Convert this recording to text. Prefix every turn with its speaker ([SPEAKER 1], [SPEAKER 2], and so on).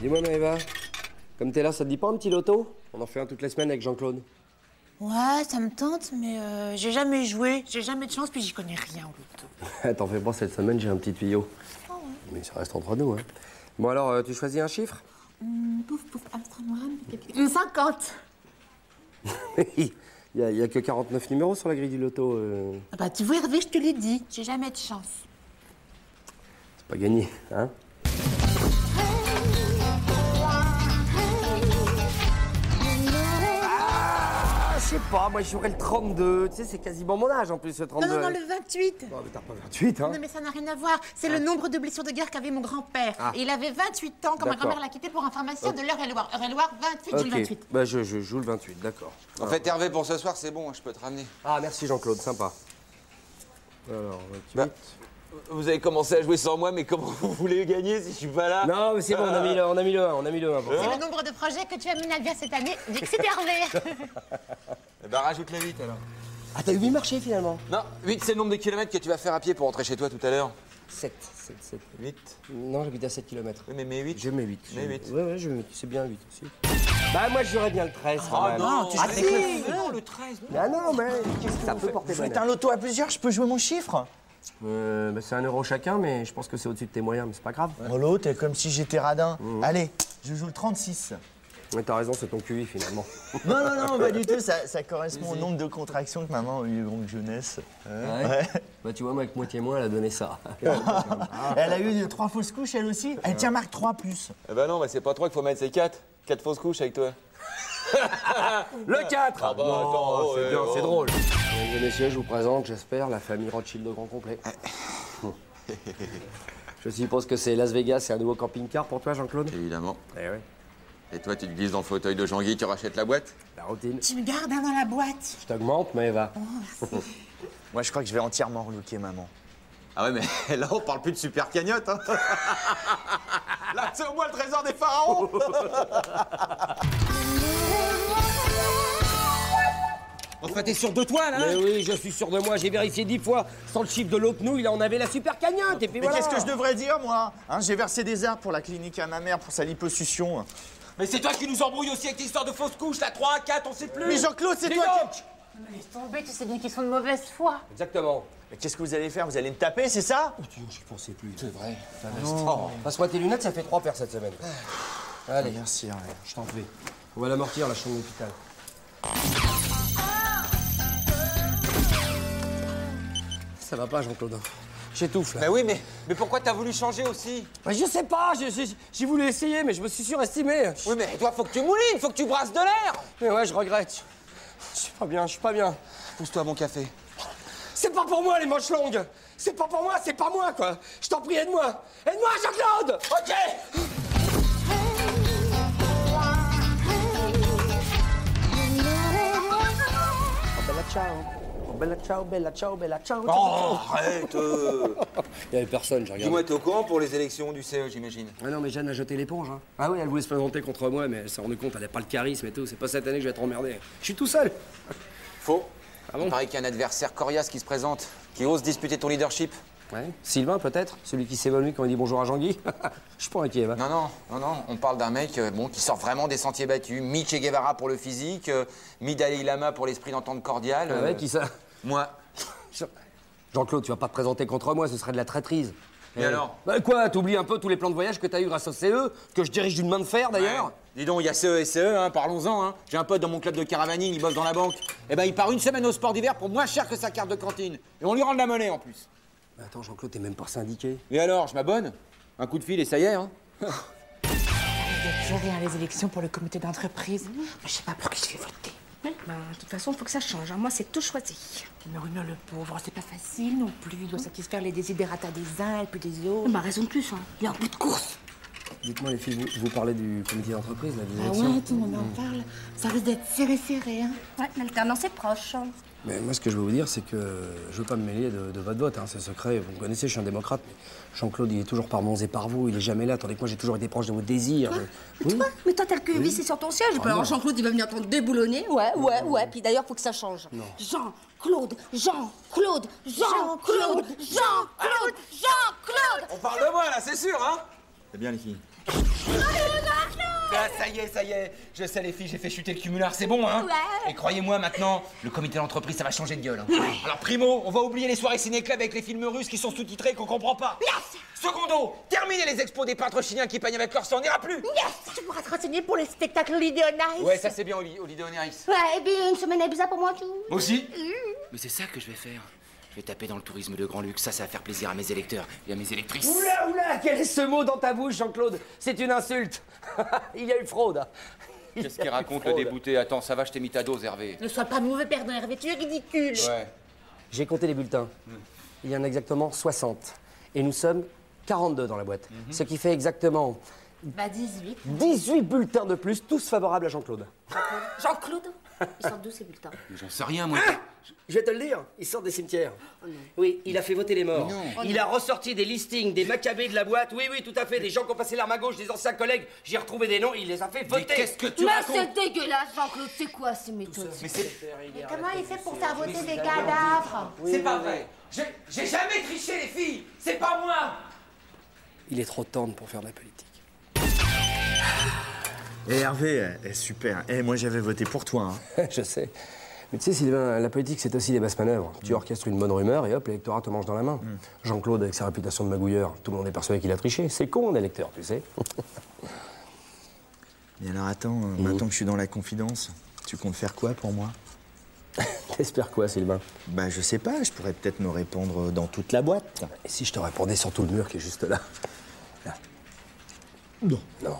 [SPEAKER 1] Dis-moi, Maëva, comme t'es là, ça te dit pas un petit loto On en fait un toutes les semaines avec Jean-Claude.
[SPEAKER 2] Ouais, ça me tente, mais euh, j'ai jamais joué, j'ai jamais de chance, puis j'y connais rien au loto.
[SPEAKER 1] T'en fais pas, cette semaine, j'ai un petit tuyau.
[SPEAKER 2] Ah
[SPEAKER 1] Mais ça reste entre nous, hein. Bon, alors, euh, tu choisis un chiffre
[SPEAKER 2] Hum, Pouf, pouf, ah, Amsterdam, une 50
[SPEAKER 1] Il y, a- il y a que 49 numéros sur la grille du loto. euh,
[SPEAKER 2] Ah Bah, tu vois, Hervé, je te l'ai dit, j'ai jamais de chance.
[SPEAKER 1] c'est pas gagné, hein Ah, je sais pas, moi, j'aurais le 32. Tu sais, c'est quasiment mon âge, en plus, le
[SPEAKER 2] Non,
[SPEAKER 1] 32.
[SPEAKER 2] non, non, le 28
[SPEAKER 1] Oh, mais t'as pas 28, hein
[SPEAKER 2] Non, mais ça n'a rien à voir, c'est le nombre de blessures de guerre qu'avait mon grand-père.
[SPEAKER 1] Ah.
[SPEAKER 2] Et il avait 28 ans quand ma
[SPEAKER 1] D'accord. Ah.
[SPEAKER 2] grand-mère l'a quitté pour un pharmacien de l'Eure-et-Loire. Eure-et-Loire, 28, j'ai
[SPEAKER 1] Ok,
[SPEAKER 2] le 28.
[SPEAKER 1] bah je, je joue le 28, d'accord.
[SPEAKER 3] En fait, Hervé, pour ce soir, c'est bon, hein, je peux te ramener.
[SPEAKER 1] Ah, merci Jean-Claude, sympa. Alors, 28.
[SPEAKER 3] Bah, Vous avez commencé à jouer sans moi, mais comment vous voulez gagner si je suis pas là
[SPEAKER 1] Non, mais c'est bon, on a mis le, on a mis le 1, on a mis le 1. pour
[SPEAKER 2] C'est
[SPEAKER 1] ça.
[SPEAKER 2] le nombre de projets que tu as mis à bien cette année, dit que c'est Hervé.
[SPEAKER 3] Eh ben, rajoute-la vite alors.
[SPEAKER 1] Ah, t'as eu 8 marchés finalement
[SPEAKER 3] Non, 8, c'est le nombre de kilomètres que tu vas faire à pied pour rentrer chez toi tout à l'heure.
[SPEAKER 1] 7, 7, 7.
[SPEAKER 3] 8
[SPEAKER 1] Non, j'habite à 7 km.
[SPEAKER 3] Oui, mais mais 8.
[SPEAKER 1] Je mets 8.
[SPEAKER 3] Mets huit.
[SPEAKER 1] Ouais, ouais, je mets C'est bien 8 aussi. Bah, moi, j'aurais bien le 13 quand même.
[SPEAKER 3] tu
[SPEAKER 4] Ah, si
[SPEAKER 3] Non, le 13.
[SPEAKER 1] Ah non, mais qu'est-ce que ça peut porter
[SPEAKER 4] Vous faites
[SPEAKER 1] bonheur
[SPEAKER 4] un loto à plusieurs, je peux jouer mon chiffre
[SPEAKER 1] Euh, bah, c'est un euro chacun, mais je pense que c'est au-dessus de tes moyens, mais c'est pas grave.
[SPEAKER 4] Molo, t'es comme si j'étais radin. Allez, je joue le 36.
[SPEAKER 1] Mais t'as raison, c'est ton QI finalement.
[SPEAKER 4] Non, non, non, pas du tout, ça, ça correspond au nombre de contractions que maman a eu au de jeunesse. Hein
[SPEAKER 1] Ouais. Bah, tu vois, moi, avec moitié moins, elle a donné ça.
[SPEAKER 4] Euh, Elle a eu trois fausses couches, elle aussi. Elle tient marque 3 plus.
[SPEAKER 3] Eh ben non, mais c'est pas 3 qu'il faut mettre, c'est 4. 4 fausses couches avec toi.
[SPEAKER 1] Le 4
[SPEAKER 3] bah, attends, oh, ouais, oh.
[SPEAKER 1] Mesdames et messieurs, je vous présente, j'espère, la famille Rothschild au grand complet. je suppose que c'est Las Vegas, c'est un nouveau camping-car pour toi, Jean-Claude
[SPEAKER 3] Évidemment.
[SPEAKER 1] Eh oui,
[SPEAKER 3] Et toi, tu te glisses dans le fauteuil de Jean-Guy, tu rachètes la boîte
[SPEAKER 1] la routine.
[SPEAKER 2] tu me gardes un dans la boîte. Oh,
[SPEAKER 1] Je t'augmente, mais va.
[SPEAKER 4] Moi, je crois que je vais entièrement relooker maman.
[SPEAKER 3] Ah ouais, mais là, on parle plus de super cagnotte. Hein. là, Ah, c'est au moins le trésor des pharaons.
[SPEAKER 5] Enfin, t'es sûr de toi, là
[SPEAKER 1] Mais oui, je suis sûr de moi, j'ai vérifié dix fois. Sans le chiffre de l'autre nous, il en avait la super cagnotte, et puis
[SPEAKER 4] Mais
[SPEAKER 1] voilà.
[SPEAKER 4] qu'est-ce que je devrais dire, moi Hein, J'ai versé des arbres pour la clinique à ma mère pour sa liposuction.
[SPEAKER 5] Mais c'est toi qui nous embrouille aussi avec tes histoires de fausses couches, la 3, 4, on sait plus
[SPEAKER 4] Mais Jean-Claude, c'est
[SPEAKER 5] Dis
[SPEAKER 4] toi
[SPEAKER 5] donc
[SPEAKER 4] qui...
[SPEAKER 2] Laisse tomber, tu sais bien qu'ils sont de mauvaise foi.
[SPEAKER 1] Exactement.
[SPEAKER 4] Mais qu'est-ce que vous allez faire Vous allez me taper, c'est ça
[SPEAKER 1] Je pensais plus. C'est vrai. Passe-moi tes lunettes, ça fait trois paires cette semaine. Allez,
[SPEAKER 4] Merci, Hervé.
[SPEAKER 1] je t'en fais. On va l'amortir, la chambre d'hôpital. Ça va pas, Jean-Claude. J'étouffe, là.
[SPEAKER 3] Bah oui, mais, mais pourquoi t'as voulu changer aussi
[SPEAKER 1] Bah, je sais pas, j'ai- j'ai j'ai voulu essayer, mais je me suis surestimé.
[SPEAKER 3] Oui, mais toi, faut que tu moulines, faut que tu brasses de l'air.
[SPEAKER 1] Mais ouais, je regrette. Je suis pas bien, je suis pas bien.
[SPEAKER 3] Pousse-toi mon café.
[SPEAKER 1] C'est pas pour moi, les manches longues C'est pas pour moi, c'est pas moi, quoi Je t'en prie, aide-moi Aide-moi, Jean-Claude Ok Oh, Bella ciao Oh, Bella ciao, bella ciao, bella ciao Oh.
[SPEAKER 3] arrête euh.
[SPEAKER 1] Il y avait personne, j'ai regardé.
[SPEAKER 3] Dis-moi, t'es au courant pour les élections du CE, j'imagine
[SPEAKER 1] Ah non, mais Jeanne a jeté l'éponge, hein. Ah oui, elle voulait se présenter contre moi, mais elle s'est rendue compte, elle n'a pas le charisme et tout. C'est pas cette année que je vais être emmerdé. Je suis tout seul
[SPEAKER 3] Faux.
[SPEAKER 1] Ah bon
[SPEAKER 3] Il paraît qu'il y a un adversaire coriace qui se présente, qui ose disputer ton leadership.
[SPEAKER 1] Ouais. Sylvain, peut-être Celui qui s'évanouit quand il dit bonjour à Jean-Guy Je suis pas inquiet, va.
[SPEAKER 3] Non, non, non, non, on parle d'un mec euh, bon, qui sort vraiment des sentiers battus. Mi Che Guevara pour le physique, euh, mi Dalai Lama pour l'esprit d'entente cordiale.
[SPEAKER 1] Ah
[SPEAKER 3] euh,
[SPEAKER 1] ouais, qui ça
[SPEAKER 3] Moi.
[SPEAKER 1] Jean-Claude, tu vas pas te présenter contre moi, ce serait de la traîtrise.
[SPEAKER 3] Et alors
[SPEAKER 1] Bah quoi, t'oublies un peu tous les plans de voyage que t'as eu grâce au CE, que je dirige d'une main de fer d'ailleurs
[SPEAKER 3] Ouais. Dis donc, il y a CE et CE, hein, parlons-en. hein. J'ai un pote dans mon club de caravaning, il bosse dans la banque. Eh ben, il part une semaine au sport d'hiver pour moins cher que sa carte de cantine. Et on lui rend de la monnaie en plus.
[SPEAKER 1] Mais Attends, Jean-Claude, t'es même pas syndiqué.
[SPEAKER 3] Et alors, je m'abonne Un coup de fil et ça y est, hein
[SPEAKER 6] Toujours rien les élections pour le comité
[SPEAKER 2] Mmh.
[SPEAKER 6] d'entreprise. Mais je sais pas pour qui je vais voter. Bah, de toute façon, il faut que ça change. hein. Moi, c'est tout choisi. Mais oui, mais le pauvre, c'est pas facile non plus. Il doit satisfaire les désiderata des uns et puis des autres. Bah, raison de plus, hein. Il y a un bout de course.
[SPEAKER 1] Dites-moi, les filles, vous, vous parlez du comité d'entreprise, là, des
[SPEAKER 2] Ah
[SPEAKER 1] élections
[SPEAKER 2] ouais, tout le monde en parle. Ça risque d'être serré, serré, hein.
[SPEAKER 7] Ouais, l'alternance est proche.
[SPEAKER 6] hein.
[SPEAKER 1] Mais moi, ce que je veux vous dire, c'est que je veux pas me mêler de, de votre vote, hein, c'est secret. Vous me connaissez, je suis un démocrate, mais Jean-Claude, il est toujours par mons et par vous, il est jamais là, tandis que moi, j'ai toujours été proche de vos désirs.
[SPEAKER 7] Mais toi, mais toi, t'as le cul vissé sur ton siège. Bah, alors Jean-Claude, il va venir t'entendre déboulonner. Ouais, ouais, ouais. Puis d'ailleurs, faut que ça change. Jean-Claude, Jean-Claude, Jean-Claude, Jean-Claude, Jean-Claude.
[SPEAKER 3] On parle de moi, là, c'est sûr, hein Eh bien, les filles.
[SPEAKER 7] Jean-Claude
[SPEAKER 3] Ah, ça y est, ça y est. Je sais, les filles, j'ai fait chuter le cumulard, c'est bon, hein
[SPEAKER 8] Ouais.
[SPEAKER 3] Et croyez-moi, maintenant, le comité d'entreprise, ça va changer de gueule. hein. Alors, primo, on va oublier les soirées ciné avec les films russes qui sont sous-titrés et qu'on comprend pas. Secondo, terminez les expos des peintres chiliens qui peignent avec leur sang, on n'ira plus
[SPEAKER 2] Tu pourras te renseigner pour les spectacles Lidionais.
[SPEAKER 3] Ouais, ça c'est bien, Oli- Olidé Oneris.
[SPEAKER 8] Ouais, et puis une semaine à Ibiza pour moi, tu
[SPEAKER 3] Moi aussi Mais c'est ça que je vais faire. Je vais taper dans le tourisme de grand luxe, ça, ça va faire plaisir à mes électeurs et à mes électrices.
[SPEAKER 1] Oula, oula, quel est ce mot dans ta bouche, Jean-Claude C'est une insulte. Il y a eu fraude. Il
[SPEAKER 3] Qu'est-ce
[SPEAKER 1] y a
[SPEAKER 3] qu'il
[SPEAKER 1] eu
[SPEAKER 3] raconte le
[SPEAKER 1] fraude.
[SPEAKER 3] débouté Attends, ça va, je t'ai mis ta dose, Hervé.
[SPEAKER 2] Ne sois pas mauvais perdant, Hervé, tu es ridicule.
[SPEAKER 3] Ouais.
[SPEAKER 1] J'ai compté les bulletins.
[SPEAKER 3] Mm.
[SPEAKER 1] Il y en a exactement 60. Et nous sommes 42 dans la boîte.
[SPEAKER 3] Mm-hmm.
[SPEAKER 1] Ce qui fait exactement
[SPEAKER 2] Bah 18.
[SPEAKER 1] 18 bulletins de plus, tous favorables à Jean-Claude.
[SPEAKER 8] Jean-Claude Ils sont d'où ces bulletins
[SPEAKER 3] J'en sais rien, moi.
[SPEAKER 1] Ah Je vais te le dire, il sort des cimetières.
[SPEAKER 8] Oh
[SPEAKER 1] Oui, il a fait voter les
[SPEAKER 3] Oh
[SPEAKER 1] morts. Il a ressorti des listings, des macabées de la boîte. Oui, oui, tout à fait. Des gens qui ont passé l'arme à gauche, des anciens collègues. J'ai retrouvé des noms, il les a fait voter.
[SPEAKER 3] qu'est-ce que tu
[SPEAKER 8] Mais
[SPEAKER 3] racontes
[SPEAKER 8] c'est dégueulasse, Jean-Claude, c'est quoi ces méthodes
[SPEAKER 2] Mais comment il fait pour faire voter des cadavres
[SPEAKER 3] C'est pas vrai. J'ai- J'ai jamais triché, les filles. C'est pas moi.
[SPEAKER 1] Il est trop tendre pour faire de la politique.
[SPEAKER 4] Et Hervé, eh, super. Eh, moi j'avais voté pour toi. hein.
[SPEAKER 1] Je sais. Mais tu sais, Sylvain, la politique, c'est aussi des basses manœuvres. Tu orchestres une bonne rumeur et hop, l'électorat te mange dans la main. Jean-Claude, avec sa réputation de magouilleur, tout le monde est persuadé qu'il a triché. C'est con, un électeur, tu sais.
[SPEAKER 4] Mais alors attends, euh, maintenant que je suis dans la confidence, tu comptes faire quoi pour moi
[SPEAKER 1] T'espères quoi, Sylvain
[SPEAKER 4] Bah je sais pas, je pourrais peut-être me répandre dans toute la boîte.
[SPEAKER 1] Et si je te répondais sur tout le mur qui est juste là Là. Non. Non.